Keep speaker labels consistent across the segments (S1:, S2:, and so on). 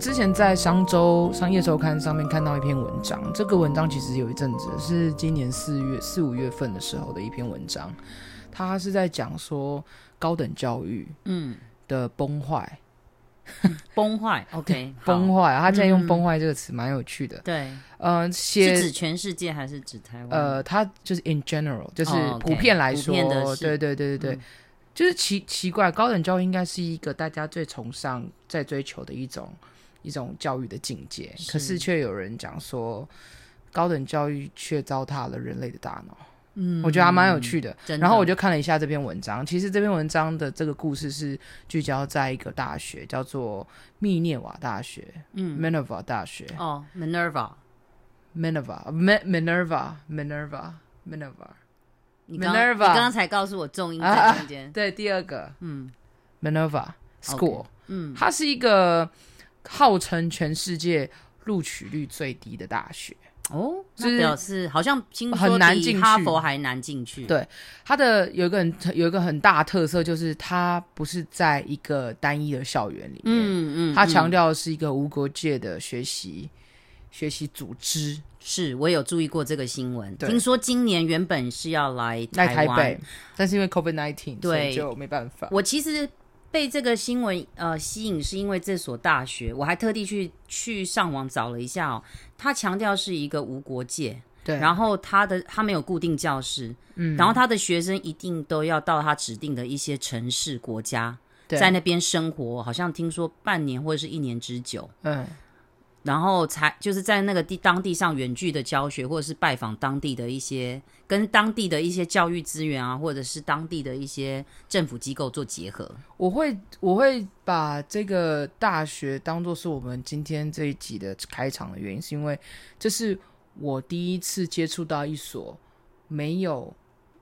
S1: 之前在商周商业周刊上面看到一篇文章，这个文章其实有一阵子是今年四月四五月份的时候的一篇文章，它是在讲说高等教育
S2: 嗯，
S1: 的崩坏，
S2: 崩坏，OK，好
S1: 崩坏，他竟然用
S2: 嗯
S1: 崩坏这个词，蛮有趣的。
S2: 对，
S1: 呃，
S2: 是
S1: 写
S2: 指全世界还是指台湾？
S1: 呃，他就是 in general，就是
S2: 嗯哦，OK，
S1: 普遍来
S2: 普
S1: 说，
S2: 遍的是
S1: 对对对对对，
S2: 嗯
S1: 就是奇奇怪，高等教育应该是一个大家最崇尚、在追求的一种一种教育的境界，
S2: 是
S1: 可是却有人讲说，高等教育却糟蹋了人类的大脑，
S2: 嗯
S1: 我觉得还蛮有趣的。
S2: 真的
S1: 然后我就看了一下这篇文章，其实这篇文章的这个故事是聚焦在一个大学，叫做密涅瓦大学，
S2: 嗯
S1: m i n e r v a 大学
S2: 哦，Minerva，
S1: ，Minerva Mi- Minerva Minerva Minerva，
S2: 你刚
S1: Minerva 啊
S2: 你刚刚才告诉我重音在中间，
S1: 对，第二个
S2: 嗯
S1: Minerva School，
S2: 嗯
S1: 它是一个号称全世界录取率最低的大学。
S2: 哦，
S1: 就是
S2: 那表示好像听说
S1: 很难
S2: 比
S1: 进去
S2: 哈佛还难进去，
S1: 对它的有一个很有一个很大的特色，就是它不是在一个单一的校园里面，
S2: 嗯嗯，
S1: 它强
S2: 嗯
S1: 调的是一个无国界的学习学习组织，
S2: 是我有注意过这个新闻，
S1: 对
S2: 听说今年原本是要来
S1: 在台
S2: 湾
S1: 北，但是因为 COVID nineteen，所以
S2: 对
S1: 就没办法。
S2: 我其实被这个新闻呃吸引，是因为这所大学，我还特地去去上网找了一下哦。它强调是一个无国界，
S1: 对，
S2: 然后它的它没有固定教室，
S1: 嗯
S2: 然后它的学生一定都要到它指定的一些城市国家，
S1: 对
S2: 在那边生活，好像听说半年或者是一年之久。
S1: 嗯，
S2: 然后才就是在那个地当地上远距的教学，或者是拜访当地的一些跟当地的一些教育资源啊，或者是当地的一些政府机构做结合。
S1: 我会我会把这个大学当做是我们今天这一集的开场的原因，是因为这是我第一次接触到一所没有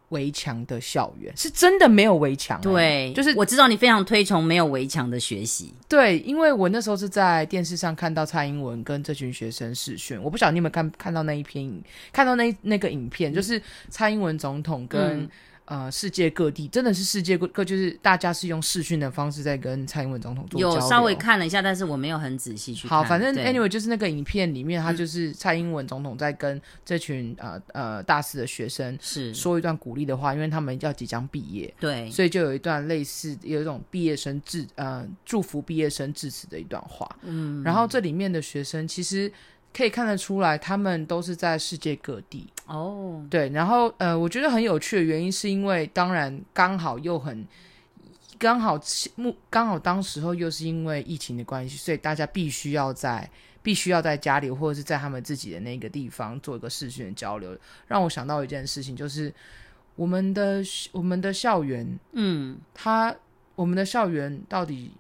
S1: 围墙的校园，是真的没有围墙、欸
S2: 对，
S1: 就是
S2: 我知道你非常推崇没有围墙的学习。
S1: 对，因为我那时候是在电视上看到蔡英文跟这群学生视讯，我不晓得你有没有看看到那一篇影，看到那那个影片，就是蔡英文总统跟、
S2: 嗯
S1: 呃世界各地，真的是世界各各，就是大家是用视讯的方式在跟蔡英文总统做交
S2: 有
S1: 流。
S2: 稍微看了一下，但是我没有很仔细去看。
S1: 好，反正
S2: 对嗯
S1: anyway 就是那个影片里面，他就是蔡英文总统在跟这群呃呃大四的学生
S2: 是
S1: 说一段鼓励的话，因为他们要即将毕业，
S2: 对，
S1: 所以就有一段类似有一种毕业生致呃祝福毕业生致辞的一段话。嗯，然后这里面的学生其实可以看得出来，他们都是在世界各地。
S2: 哦，
S1: 对，然后呃，我觉得很有趣的原因是因为，当然刚好又很刚好目刚好当时候又是因为疫情的关系，所以大家必须要在必须要在家里或者是在他们自己的那个地方做一个视讯的交流，让我想到一件事情，就是我们的我们的校园，
S2: 嗯，
S1: 它我们的校园到底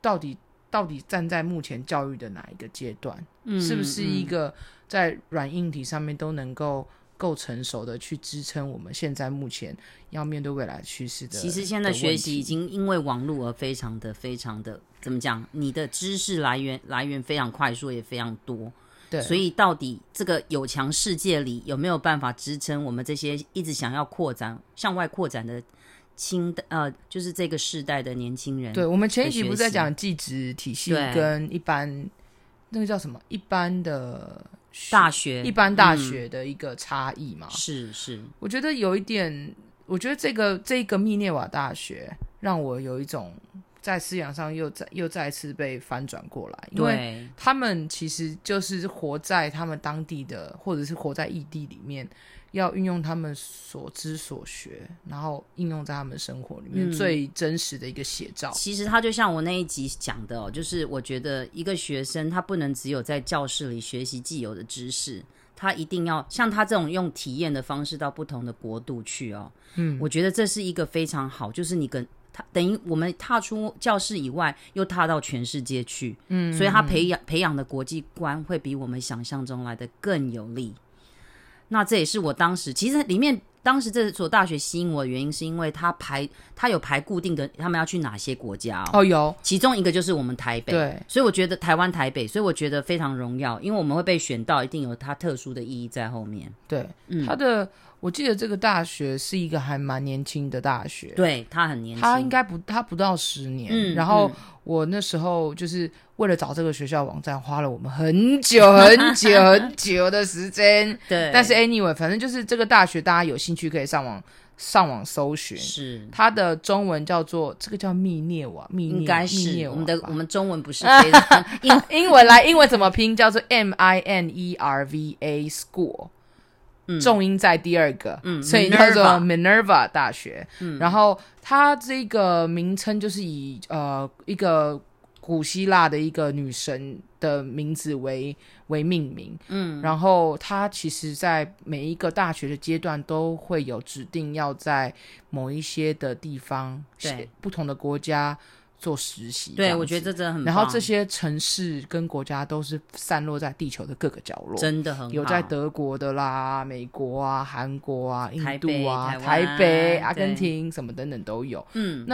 S1: 到底到底站在目前教育的哪一个阶段？
S2: 嗯
S1: 是不是一
S2: 嗯
S1: 个在软硬体上面都能够够成熟的去支撑我们现在目前要面对未来趋势的？
S2: 其实现在
S1: 的问
S2: 学习已
S1: 题
S2: 经因为网络而非常的、非常的怎么讲？你的知识来源来源非常快速，也非常多。
S1: 对，
S2: 所以到底这个有强世界里有没有办法支撑我们这些一直想要扩展、向外扩展的青的呃，就是这个世代的年轻人？
S1: 对我们前一
S2: 的
S1: 集
S2: 学
S1: 不是在
S2: 习
S1: 讲技职体系
S2: 对
S1: 跟一般那个叫什么一般的学
S2: 大学
S1: 一般大
S2: 嗯
S1: 学的一个差异嘛？
S2: 是是，
S1: 我觉得有一点，我觉得这个这个密涅瓦大学让我有一种在思想上又再又再次被翻转过来，因为
S2: 对，
S1: 他们其实就是活在他们当地的，或者是活在异地里面，要运用他们所知所学，然后应用在他们生活里面、
S2: 嗯
S1: 最真实的一个写照。
S2: 其实他就像我那一集讲的哦，就是我觉得一个学生他不能只有在教室里学习既有的知识，他一定要像他这种用体验的方式到不同的国度去哦。
S1: 嗯，
S2: 我觉得这是一个非常好，就是你跟他等于我们踏出教室以外，又踏到全世界去，
S1: 嗯
S2: 所以他培养培养的国际观会比我们想象中来的更有力。那这也是我当时其实里面当时这所大学吸引我的原因，是因为他排他有排固定的他们要去哪些国家哦，
S1: 哦，有
S2: 其中一个就是我们台北。
S1: 对
S2: 所以我觉得台湾台北，所以我觉得非常荣耀，因为我们会被选到，一定有它特殊的意义在后面。
S1: 对，
S2: 嗯
S1: 他的我记得这个大学是一个还蛮年轻的大学，
S2: 对他很年轻，
S1: 他应该不，他不到十年。
S2: 嗯
S1: 然后
S2: 嗯
S1: 我那时候就是为了找这个学校网站，花了我们很久很久 很久的时间。
S2: 对，
S1: 但是 anyway，反正就是这个大学，大家有兴趣可以上网上网搜寻。
S2: 是
S1: 它的中文叫做这个叫密涅瓦，密涅
S2: 应该
S1: 密涅
S2: 是
S1: 瓦
S2: 我们的
S1: 吧
S2: 我们中文不是非常 英
S1: 英文来，英文怎么拼？叫做 M I N E R V A School，、
S2: 嗯
S1: 重音在第二个，
S2: 嗯
S1: 所以叫做
S2: Minerva 嗯
S1: Minerva 大学。然后它这个名称就是以呃一个古希腊的一个女神的名字为为命名。嗯，然后它其实在每一个大学的阶段都会有指定要在某一些的地方，
S2: 对
S1: 不同的国家。做实习，这
S2: 对，
S1: 样
S2: 我觉
S1: 子
S2: 得这真的很棒，
S1: 然后这些城市跟国家都是散落在地球的各个角落，
S2: 真的很好
S1: 有在德国的啦、美国啊、韩国啊、印
S2: 台北
S1: 度啊、
S2: 台湾
S1: 台北、阿
S2: 对
S1: 根廷什么等等都有。
S2: 嗯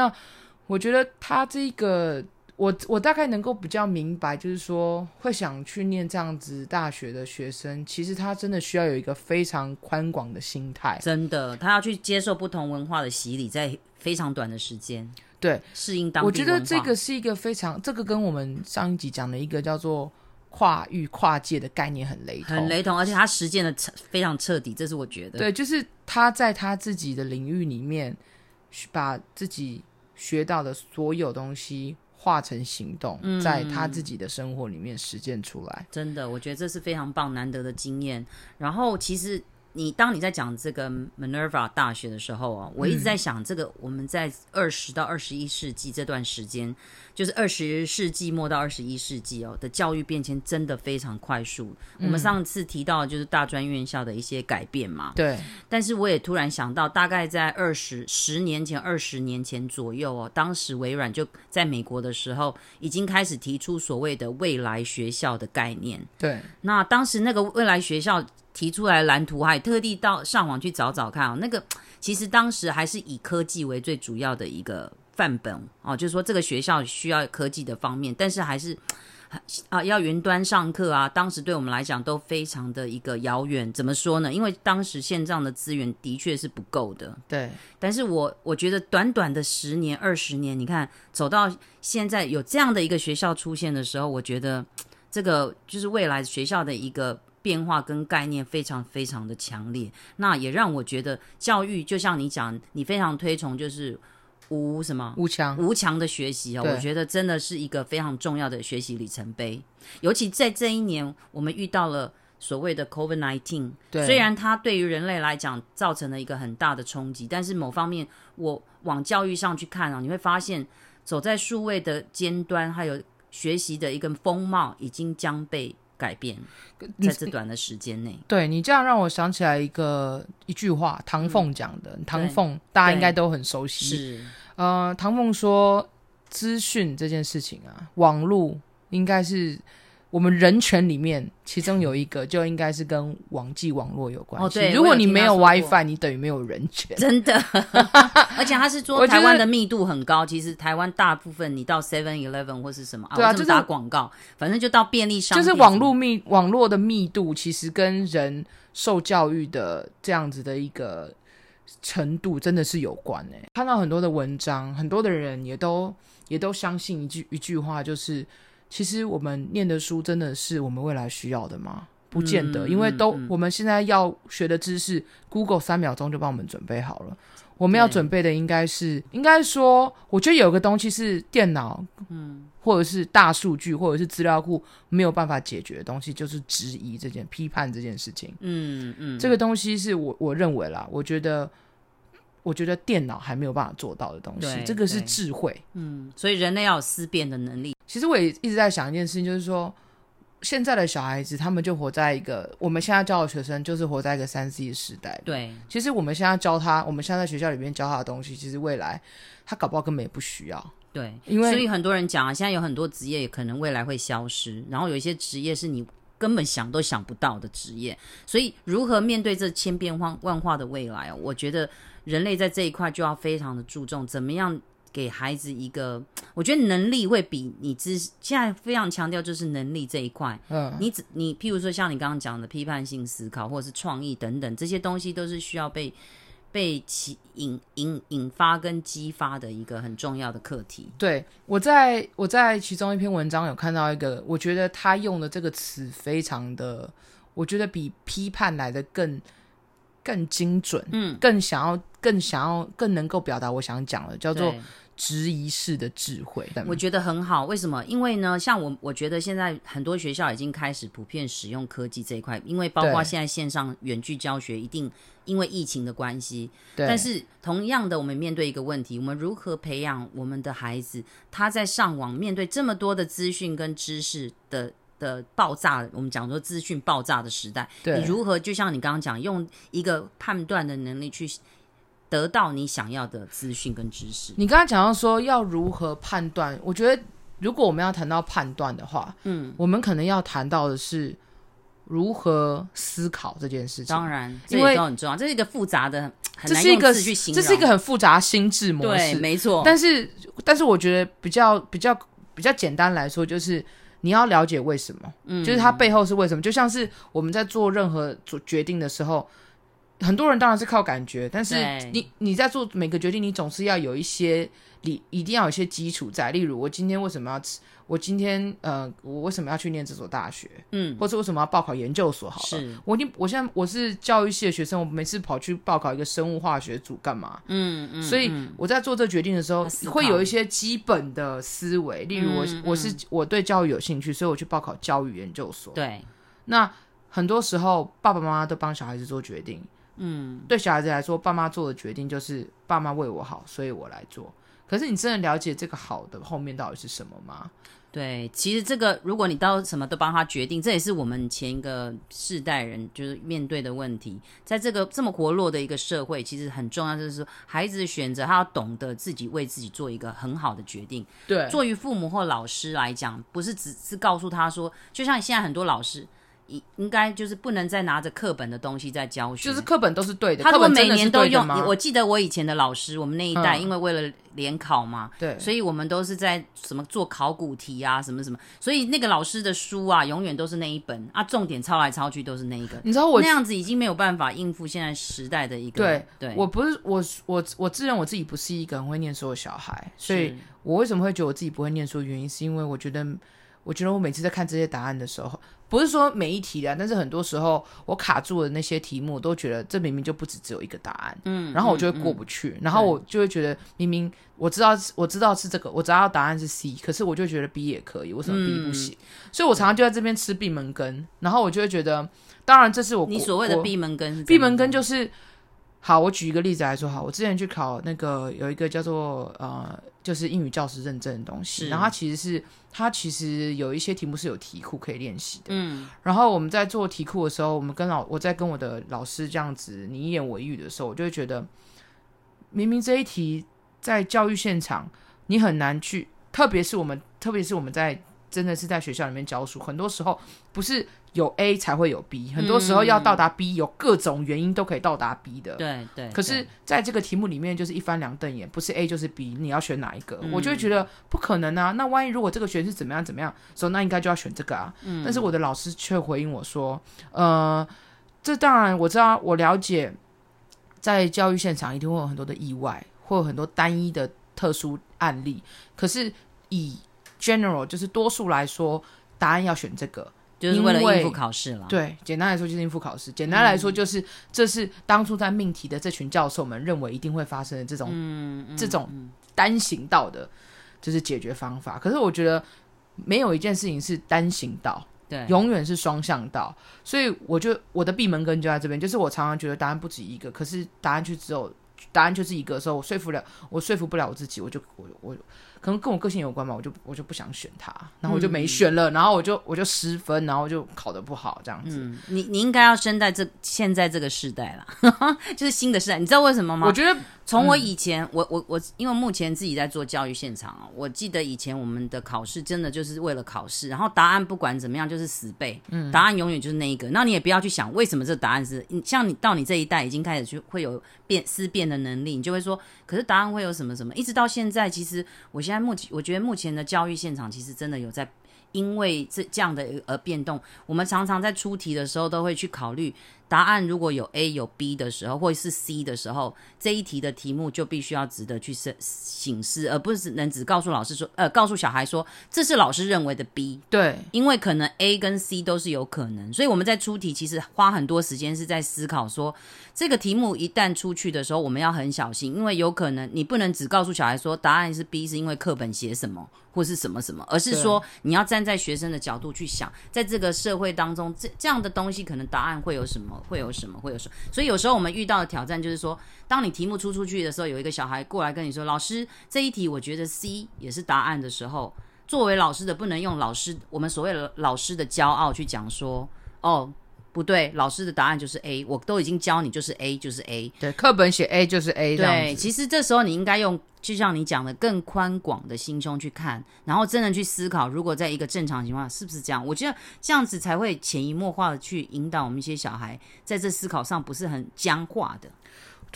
S1: 我觉得他这个，我我大概能够比较明白，就是说会想去念这样子大学的学生，其实他真的需要有一个非常宽广的心态。
S2: 真的，他要去接受不同文化的洗礼，在非常短的时间
S1: 对，
S2: 适应当地
S1: 我觉得
S2: 文化
S1: 这个是一个非常，这个跟我们上一集讲的一个叫做跨域跨界的概念很雷同，
S2: 很雷同，而且他实践的非常彻底，这是我觉得。
S1: 对，就是他在他自己的领域里面，去把自己学到的所有东西化成行动，在他自己的生活里面实践出来。
S2: 真的，我觉得这是非常棒、难得的经验。然后，其实你当你在讲这个 Minerva 大学的时候啊，我一直在想，这个我们在二十到二十一世纪这段时间，就是二十世纪末到二十一世纪哦的教育变迁真的非常快速。我们上次提到就是大专院校的一些改变嘛，
S1: 对，
S2: 但是我也突然想到，大概在二十十年前、二十年前左右哦，当时微软就在美国的时候，已经开始提出所谓的未来学校的概念。
S1: 对，
S2: 那当时那个未来学校提出来的蓝图，还特地到上网去找找看哦。那个其实当时还是以科技为最主要的一个范本哦，就是说这个学校需要科技的方面，但是还是啊要云端上课啊，当时对我们来讲都非常的一个遥远。怎么说呢？因为当时线上的资源的确是不够的，
S1: 对，
S2: 但是我我觉得短短的十年、二十年，你看走到现在有这样的一个学校出现的时候，我觉得这个就是未来学校的一个变化跟概念非常非常的强烈。那也让我觉得教育就像你讲，你非常推崇就是无什么。
S1: 吴强，
S2: 无强的学习哦，
S1: 对
S2: 我觉得真的是一个非常重要的学习里程碑。尤其在这一年，我们遇到了所谓的 COVID nineteen，
S1: 对，
S2: 虽然它对于人类来讲造成了一个很大的冲击，但是某方面，我往教育上去看啊，你会发现走在数位的尖端，还有学习的一个风貌，已经将被改变，在这短的时间内。
S1: 对你这样让我想起来一个一句话，唐凤讲的，唐凤大家应该都很熟悉。
S2: 是，
S1: 呃，唐凤说，资讯这件事情啊，网络应该是。我们人权里面，其中有一个就应该是跟网际网络有关
S2: 哦
S1: 系。
S2: 对
S1: 如
S2: 我
S1: 果
S2: 有
S1: 你
S2: 听
S1: 没
S2: 他
S1: 有
S2: 说过
S1: WiFi，你等于没有人权。
S2: 真的， 而且他是
S1: 我
S2: 说
S1: 觉得
S2: 台湾的密度很高。其实台湾大部分你到 Seven Eleven 或是什么啊，
S1: 对啊
S2: 我这
S1: 就是
S2: 么打广告，反正就到便利商
S1: 就
S2: 店，
S1: 是网络密网络的密度，其实跟人受教育的这样子的一个程度真的是有关诶、看到很多的文章，很多的人也都也都相信一句一句话，就是其实我们念的书真的是我们未来需要的吗？不见得，
S2: 嗯
S1: 因为都、
S2: 嗯嗯
S1: 我们现在要学的知识，Google 三秒钟就帮我们准备好了。我们要
S2: 对
S1: 准备的应该是，应该说，我觉得有个东西是电脑，嗯，或者是大数据，或者是资料库没有办法解决的东西，就是质疑这件、批判这件事情。
S2: 嗯嗯，
S1: 这个东西是我我认为啦，我觉得，我觉得电脑还没有办法做到的东西，
S2: 对
S1: 这个是
S2: 对
S1: 智慧。
S2: 嗯，所以人类要有思辨的能力。
S1: 其实我也一直在想一件事情，就是说，现在的小孩子他们就活在一个我们现在教的学生就是活在一个三 C 时代。
S2: 对，
S1: 其实我们现在教他，我们现在在学校里面教他的东西，其实未来他搞不好根本也不需要。
S2: 对，
S1: 因为
S2: 所以很多人讲啊，现在有很多职业也可能未来会消失，然后有一些职业是你根本想都想不到的职业，所以如何面对这千啊变万万化的未来哦，我觉得人类在这一块就要非常的注重，怎么样给孩子一个，我觉得能力会比你知现在非常强调就是能力这一块。
S1: 嗯，
S2: 你只你譬如说像你刚刚讲的批判性思考或者是创意等等这些东西，都是需要被被启引引引发跟激发的一个很重要的课题。
S1: 对，我在我在其中一篇文章有看到一个，我觉得他用的这个词非常的，我觉得比批判来的更更精准，
S2: 嗯，
S1: 更想要更想要更能够表达我想讲的，叫做
S2: 对
S1: 质疑式的智慧。
S2: 我觉得很好，为什么？因为呢，像我，我觉得现在很多学校已经开始普遍使用科技这一块，因为包括
S1: 对
S2: 现在线上远距教学，一定因为疫情的关系。
S1: 对，
S2: 但是同样的，我们面对一个问题，我们如何培养我们的孩子，他在上网面对这么多的资讯跟知识的的爆炸，我们讲说资讯爆炸的时代，
S1: 对
S2: 你如何就像你刚刚讲，用一个判断的能力去得到你想要的资讯跟知识？
S1: 你刚刚讲到说要如何判断，我觉得如果我们要谈到判断的话，嗯，我们可能要谈到的是如何思考这件事情。
S2: 当然，这
S1: 因为
S2: 也都很重要。这是一个复杂的，很
S1: 这
S2: 难
S1: 是一
S2: 用
S1: 个
S2: 字去形
S1: 这
S2: 容。
S1: 是一个很复杂的心智模
S2: 对，
S1: 式，
S2: 没错。
S1: 但是但是我觉得比较比较比较简单来说，就是你要了解为什么，
S2: 嗯
S1: 就是它背后是为什么。就像是我们在做任何做决定的时候，很多人当然是靠感觉，但是
S2: 对
S1: 你你在做每个决定，你总是要有一些你一定要有一些基础在。例如，我今天为什么要吃？我今天呃，我为什么要去念这所大学，
S2: 嗯，
S1: 或是为什么要报考研究所？好了，
S2: 是
S1: 我已经我现在我是教育系的学生，我每次跑去报考一个生物化学组干嘛？
S2: 嗯嗯，
S1: 所以我在做这决定的时候
S2: 要思，考
S1: 会有一些基本的思维，例如我、
S2: 嗯
S1: 我是我对教育有兴趣，所以我去报考教育研究所。
S2: 对
S1: 那很多时候爸爸妈妈都帮小孩子做决定，嗯，对小孩子来说，爸妈做的决定就是爸妈为我好，所以我来做。可是你真的了解这个好的后面到底是什么吗？
S2: 对。其实这个，如果你到什么都帮他决定，这也是我们前一个世代人就是面对的问题。在这个这么活络的一个社会，其实很重要，就是说孩子的选择，他要懂得自己为自己做一个很好的决定。
S1: 对
S2: 作于父母或老师来讲，不是只是告诉他说，就像现在很多老师。应应该就是不能再拿着课本的东西在教学，
S1: 就是课本都是对的，
S2: 他
S1: 课
S2: 如果
S1: 本真
S2: 每
S1: 的是
S2: 年都
S1: 对的
S2: 用，
S1: 吗？
S2: 我记得我以前的老师，我们那一代，
S1: 嗯
S2: 因为为了联考嘛，
S1: 对，
S2: 所以我们都是在什么做考古题啊，什么什么，所以那个老师的书啊，永远都是那一本啊，重点抄来抄去都是那一个，
S1: 你知道我
S2: 那样子已经没有办法应付现在时代的一个
S1: 对
S2: 对，
S1: 我不是我我我自认我自己不是一个很会念书的小孩，所以
S2: 是
S1: 我为什么会觉得我自己不会念书？原因是因为我觉得，我觉得我每次在看这些答案的时候，不是说每一题的，但是很多时候我卡住的那些题目，我都觉得这明明就不止只有一个答案，嗯，然后我就会过不去，然后我就会觉得明明我知道我知道是这个，我知道答案是 C，可是我就觉得 B 也可以，为什
S2: 嗯
S1: 么 B 不行？所以我常常就在这边吃闭门羹，然后我就会觉得，当然这是我
S2: 你
S1: 国
S2: 所谓的
S1: 国
S2: 闭门羹是怎么
S1: 闭门羹
S2: 样
S1: 就是，好，我举一个例子来说，好，我之前去考那个有一个叫做呃，就是英语教师认证的东西，
S2: 是
S1: 然后它其实是它其实有一些题目是有题库可以练习的。
S2: 嗯
S1: 然后我们在做题库的时候，我们跟老我在跟我的老师这样子你一言我一语的时候，我就会觉得，明明这一题在教育现场你很难去，特别是我们特别是我们在真的是在学校里面教书，很多时候不是有 A 才会有 B，很多时候要到达 B，、有各种原因都可以到达 B 的。
S2: 对对，
S1: 可是
S2: 对
S1: 在这个题目里面，就是一翻两瞪眼，不是 A 就是 B，你要选哪一个？
S2: 嗯
S1: 我就会觉得不可能啊。那万一如果这个选是怎么样怎么样，所以那应该就要选这个啊。
S2: 嗯
S1: 但是我的老师却回应我说，呃，这当然我知道，我了解，在教育现场一定会有很多的意外，会有很多单一的特殊案例。可是以 general 就是多数来说，答案要选这个。
S2: 就是为了
S1: 因为
S2: 应付考试了，
S1: 对，简单来说就是应付考试。简单来说就是，这是当初在命题的这群教授们认为一定会发生的这种、这种单行道的，就是解决方法。可是我觉得没有一件事情是单行道，
S2: 对，
S1: 永远是双向道。所以我就我的闭门羹就在这边，就是我常常觉得答案不止一个，可是答案却只有。答案就是一个的时候，我说服了我说服不了我自己，我就我我，可能跟我个性有关吧，我就我就不想选他，然后我就
S2: 嗯
S1: 没选了，然后我就我就失分，然后我就考得不好这样子。
S2: 嗯，你你应该要生在这现在这个时代啦， 就是新的时代。你知道为什么吗？
S1: 我觉得
S2: 从我以前，我我我，因为目前自己在做教育现场哦，我记得以前我们的考试真的就是为了考试，然后答案不管怎么样就是死背，答案永远就是那一个。那你也不要去想为什么这答案是，你像你到你这一代已经开始去会有辨思辨的能力，你就会说，可是答案会有什么什么，一直到现在，其实我现在目前我觉得目前的教育现场其实真的有在。因为这这样的而变动，我们常常在出题的时候都会去考虑答案，如果有 A 有 B 的时候，或者是 C 的时候，这一题的题目就必须要值得去深醒思，而不是能只告诉老师说，呃，告诉小孩说这是老师认为的 B，
S1: 对，
S2: 因为可能 A 跟 C 都是有可能，所以我们在出题其实花很多时间是在思考说，这个题目一旦出去的时候，我们要很小心，因为有可能你不能只告诉小孩说答案是 B 是因为课本写什么或是什么什么，而是说你要站在学生的角度去想，在这个社会当中，这这样的东西可能答案会有什么，会有什么，会有什么。所以有时候我们遇到的挑战就是说，当你题目出出去的时候，有一个小孩过来跟你说：“老师，这一题我觉得 C 也是答案”的时候。作为老师的，不能用老师我们所谓的老师的骄傲去讲说，哦，不对，老师的答案就是 A，我都已经教你就是 A 就是 A。
S1: 对，课本写 A 就是 A 这
S2: 对，
S1: 样子。
S2: 其实这时候你应该用，就像你讲的，更宽广的心胸去看，然后真的去思考，如果在一个正常情况下是不是这样？我觉得这样子才会潜移默化的去引导我们一些小孩在这思考上不是很僵化的。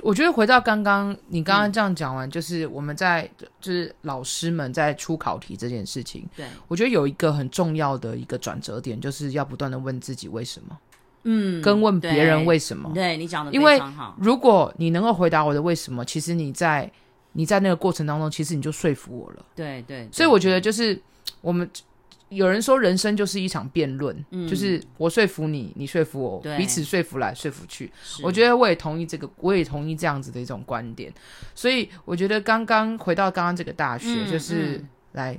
S1: 我觉得回到刚刚你刚刚这样讲完，就是我们在就是老师们在出考题这件事情，
S2: 对，
S1: 我觉得有一个很重要的一个转折点，就是要不断的问自己为什么，
S2: 嗯，
S1: 跟问别人
S2: 对
S1: 为什么。
S2: 对你讲的
S1: 因为
S2: 非常好，
S1: 如果你能够回答我的为什么，其实你在你在那个过程当中，其实你就说服我了。
S2: 对对，对
S1: 所以我觉得就是我们有人说人生就是一场辩论，
S2: 嗯
S1: 就是我说服你，你说服我
S2: 对，
S1: 彼此说服来说服去。
S2: 是
S1: 我觉得我也同意这个，我也同意这样子的一种观点。所以我觉得刚刚回到刚刚这个大学，
S2: 嗯
S1: 就是、
S2: 嗯
S1: 来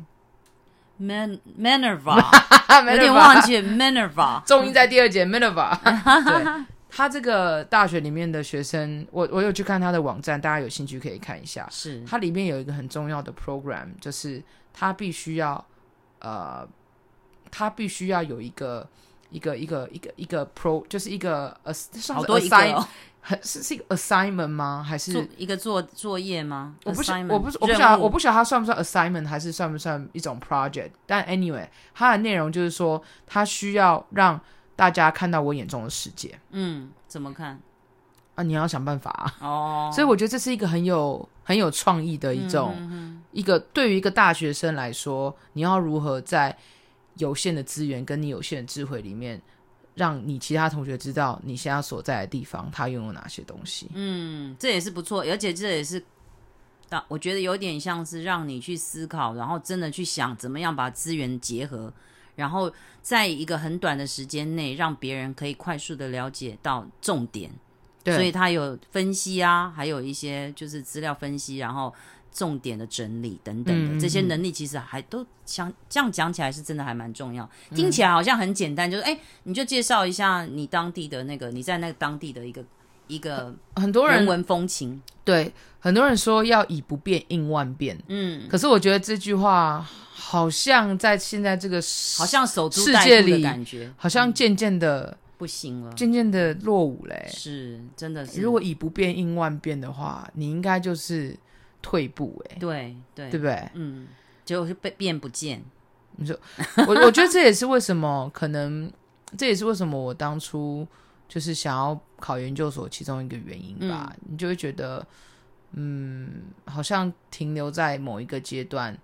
S2: Man Minerva 啊有点忘记了 Minerva，
S1: 重音在第二节 m i n e v a 对，他这个大学里面的学生，我我有去看他的网站，大家有兴趣可以看一下。
S2: 是
S1: 它里面有一个很重要的 program，就是它必须要呃，它必须要有一个一个一个一个一个 pro，就是一个呃，
S2: 好
S1: 好
S2: 多一个、
S1: assign
S2: 哦、
S1: 很是是一个 assignment 吗？还
S2: 做
S1: 是
S2: 一个作作业吗？
S1: 我不
S2: Assignment，
S1: 我不我不
S2: 任
S1: 晓
S2: 务
S1: 我不晓得它算不算 assignment，还是算不算一种 project？但 anyway，它的内容就是说，它需要让大家看到我眼中的世界
S2: 嗯怎么看
S1: 啊，你要想办法、啊。
S2: 哦，嗯
S1: 所以我觉得这是一个很有很有创意的一种、一个对于一个大学生来说，你要如何在有限的资源跟你有限的智慧里面，让你其他同学知道你现在所在的地方它拥有哪些东西。
S2: 嗯这也是不错，而且这也是。那我觉得有点像是让你去思考，然后真的去想怎么样把资源结合，然后在一个很短的时间内让别人可以快速的了解到重点，
S1: 对，
S2: 所以它有分析啊，还有一些就是资料分析，然后重点的整理等等的、
S1: 嗯嗯
S2: 这些
S1: 嗯
S2: 能力，其实还都想这样讲起来是真的还蛮重要。
S1: 嗯
S2: 听起来好像很简单，就是哎、你就介绍一下你当地的那个你在那个当地的一个一个
S1: 很多
S2: 人
S1: 人
S2: 文风情，
S1: 对很多人说要以不变应万变，
S2: 嗯，
S1: 可是我觉得这句话好像在现在这个
S2: 好像守株
S1: 世
S2: 待
S1: 界
S2: 兔的
S1: 里
S2: 感觉，
S1: 好像渐渐的
S2: 不行了，
S1: 渐渐的落伍嘞、
S2: 是真的是，
S1: 如果以不变应万变的话，你应该就是退步哎、
S2: 对对
S1: 对不对？
S2: 嗯，结果是被变不见，
S1: 我我觉得这也是为什么，可能这也是为什么我当初就是想要考研究所其中一个原因吧。你就会觉得，嗯，好像停留在某一个阶段，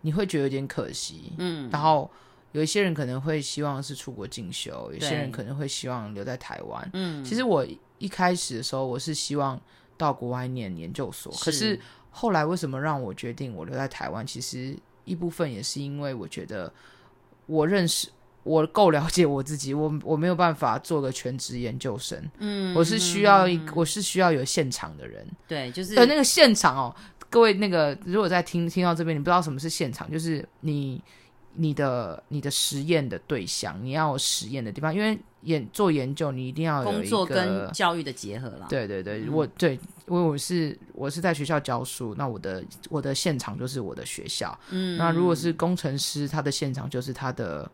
S1: 你会觉得有点可惜。
S2: 嗯，
S1: 然后有一些人可能会希望是出国进修，有些
S2: 对
S1: 人可能会希望留在台湾。
S2: 嗯，
S1: 其实我一开始的时候，我是希望到国外念研究所，可是后来为什么让我决定我留在台湾？其实一部分也是因为我觉得我认识。我够了解我自己，我我没有办法做个全职研究生，
S2: 嗯，
S1: 我是需要一我是需要有现场的人，
S2: 对，就是
S1: 对那个现场哦，各位那个如果在听听到这边，你不知道什么是现场，就是你你的你的实验的对象，你要有实验的地方，因为研做研究，你一定要有
S2: 工
S1: 一
S2: 作
S1: 个
S2: 跟教育的结合啦。
S1: 对对对，我对，因为我是我是在学校教书，那我的我的现场就是我的学校。嗯，那如果是工程师，他的现场就是他的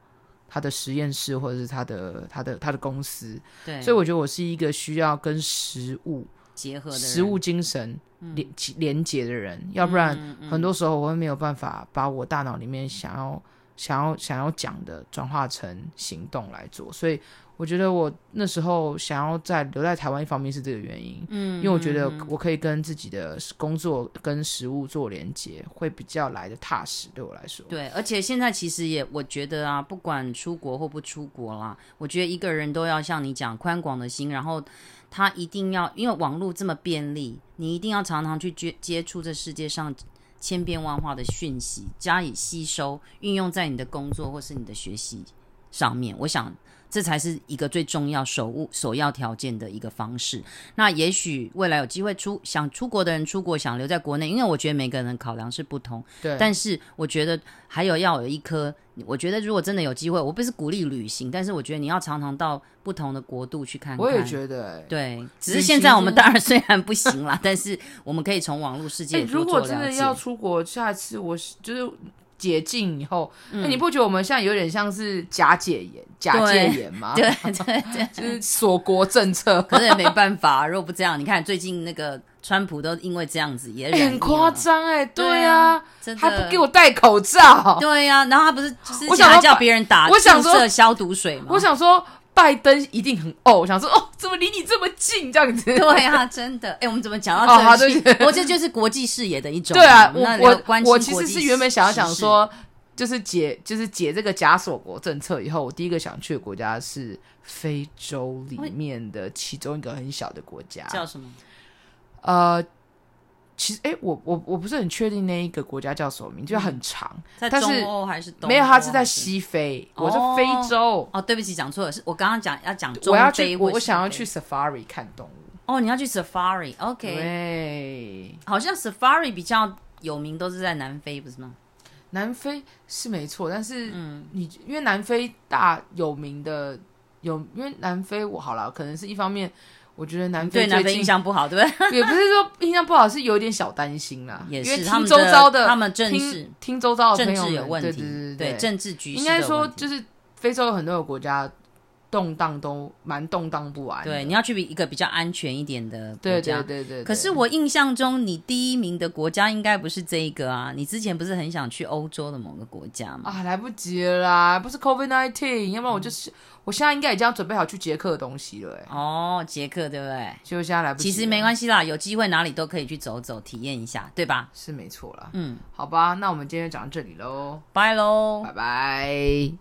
S1: 他的实验室或者是他的他的他的公司。
S2: 对，
S1: 所以我觉得我是一个需要跟实物
S2: 结合的
S1: 实
S2: 人嗯
S1: 物精神连连接的人，要不然很多时候我会没有办法把我大脑里面想要想要想要讲的转化成行动来做。所以我觉得我那时候想要在留在台湾，一方面是这个原因，嗯，因为我觉得我可以跟自己的工作跟实物做连接，会比较来的踏实，对我来说。
S2: 对，而且现在其实也，我觉得啊，不管出国或不出国啦，我觉得一个人都要像你讲宽广的心，然后他一定要，因为网络这么便利，你一定要常常去接接触这世界上千变万化的讯息，加以吸收，运用在你的工作或是你的学习上面。我想这才是一个最重要首务首要条件的一个方式。那也许未来有机会出想出国的人出国，想留在国内，因为我觉得每个人的考量是不同。
S1: 对，
S2: 但是我觉得还有要有一颗，我觉得如果真的有机会，我不是鼓励旅行，但是我觉得你要常常到不同的国度去看看。
S1: 我也觉得、欸，
S2: 对，只
S1: 旅
S2: 是
S1: 行
S2: 现在我
S1: 真
S2: 们当然虽然不行啦， 但是我们可以从网络世
S1: 哎、
S2: 界
S1: 如
S2: 多
S1: 果
S2: 做
S1: 真
S2: 了
S1: 的
S2: 解。
S1: 要出国，下一次我是就是解禁以后，
S2: 嗯
S1: 那、你不觉得我们现在有点像是假解严、假戒
S2: 对
S1: 严吗？
S2: 对对对，
S1: 就是锁国政策，
S2: 可是也没办法，如果不这样，你看最近那个川普都因为这样子也
S1: 哎
S2: 染疫 了
S1: 很夸，张哎，对
S2: 对
S1: 啊，
S2: 真的
S1: 还不给我戴口罩，
S2: 对啊呀、然后他不是之
S1: 我
S2: 前
S1: 想
S2: 还
S1: 说
S2: 叫
S1: 拜
S2: 别人打
S1: 我想
S2: 注
S1: 说
S2: 射消毒水吗？
S1: 我想说拜登一定很哦，我想说哦，怎么离你这么近这样子？
S2: 对啊，真的。哎、我们怎么讲
S1: 哦好
S2: 到这
S1: 对
S2: 里
S1: 不
S2: 去？
S1: 起
S2: 我这就是国际视野的一种嘛。
S1: 对啊，
S2: 那
S1: 我我
S2: 要关心
S1: 我其
S2: 国
S1: 实
S2: 际
S1: 是原本想要想
S2: 时事，
S1: 说，就是解就是解这个假锁国政策以后，我第一个想去的国家是非洲里面的其中一个很小的国家，
S2: 叫什么？
S1: 呃。其实，哎、我我我不是很确定那一个国家叫什么名，字，就很长。
S2: 在
S1: 但是
S2: 中欧还是嗯东欧？哦
S1: 没有，它是在
S2: 还是。
S1: 西非，我在非洲。
S2: 哦，对不起，讲错了，是我刚刚讲要讲中
S1: 我要
S2: 非
S1: 去，我
S2: 或
S1: 我
S2: 西
S1: 想要
S2: 非
S1: 去 Safari 看动物。
S2: 哦，你要去 Safari，OK，、
S1: 对，
S2: 好像 Safari 比较有名，都是在南非，不是吗？
S1: 南非是没错，但是
S2: 嗯
S1: 你因为南非大有名的有，因为南非我好了，可能是一方面，我觉得南非
S2: 对南
S1: 最
S2: 非
S1: 近
S2: 印象不好，对不 对？
S1: 也不是说印象不好，是有点小担心啦。
S2: 也
S1: 因
S2: 是
S1: 为
S2: 他
S1: 听
S2: 们
S1: 周遭
S2: 他
S1: 的
S2: 们政治
S1: 听听周遭的
S2: 政
S1: 朋友
S2: 治
S1: 们
S2: 有问题，
S1: 对对对
S2: 政治局势
S1: 应该
S2: 的
S1: 说
S2: 问题
S1: 就是非洲有很多个国家动荡都蛮动荡不安的。
S2: 对，你要去一个比较安全一点的国
S1: 对
S2: 家
S1: 对。对对。
S2: 可是
S1: 对
S2: 我印象中，你第一名的国家应该不是这一个啊！你之前不是很想去欧洲的某个国家吗？
S1: 啊，来不及了啦，不是 COVID nineteen，要不然
S2: 嗯
S1: 我就是、我现在应该已经要准备好去捷克的东西了、欸，哎，
S2: 哦，捷克对不对？
S1: 结果现在来不及啊
S2: 其
S1: 了。
S2: 实没关系啦，有机会哪里都可以去走走，体验一下，对吧？
S1: 系，是没错啦。
S2: 嗯，
S1: 好吧，那我们今天就讲到这里喽，
S2: 拜喽
S1: 拜。拜。